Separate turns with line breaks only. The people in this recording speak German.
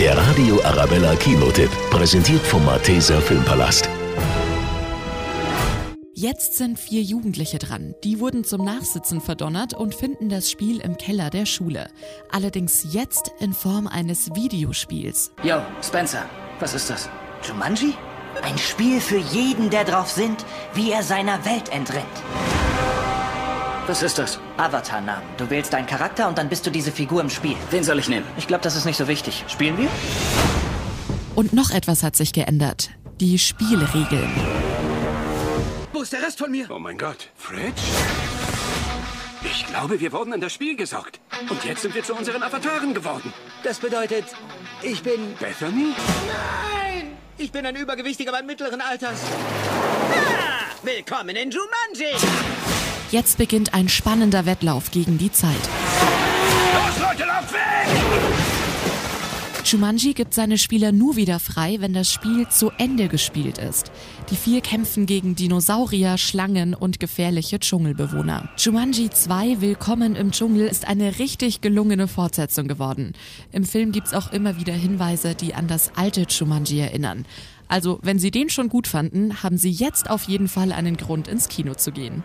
Der Radio Arabella Kinotipp, präsentiert vom Malteser Filmpalast.
Jetzt sind vier Jugendliche dran. Die wurden zum Nachsitzen verdonnert und finden das Spiel im Keller der Schule. Allerdings jetzt in Form eines Videospiels.
Yo, Spencer, was ist das?
Jumanji? Ein Spiel für jeden, der drauf sind, wie er seiner Welt entrennt.
Was ist das?
Avatar-Namen. Du wählst deinen Charakter und dann bist du diese Figur im Spiel.
Wen soll ich nehmen?
Ich glaube, das ist nicht so wichtig. Spielen wir?
Und noch etwas hat sich geändert. Die Spielregeln.
Wo ist der Rest von mir?
Oh mein Gott, Fritsch? Ich glaube, wir wurden in das Spiel gesaugt. Und jetzt sind wir zu unseren Avataren geworden.
Das bedeutet, ich bin.
Bethany?
Nein! Ich bin ein übergewichtiger Mann mittleren Alters. Ah, willkommen in Jumanji!
Jetzt beginnt ein spannender Wettlauf gegen die Zeit.
Los, Leute, lauft weg!
Jumanji gibt seine Spieler nur wieder frei, wenn das Spiel zu Ende gespielt ist. Die vier kämpfen gegen Dinosaurier, Schlangen und gefährliche Dschungelbewohner. Jumanji 2 Willkommen im Dschungel ist eine richtig gelungene Fortsetzung geworden. Im Film gibt's auch immer wieder Hinweise, die an das alte Jumanji erinnern. Also, wenn Sie den schon gut fanden, haben Sie jetzt auf jeden Fall einen Grund, ins Kino zu gehen.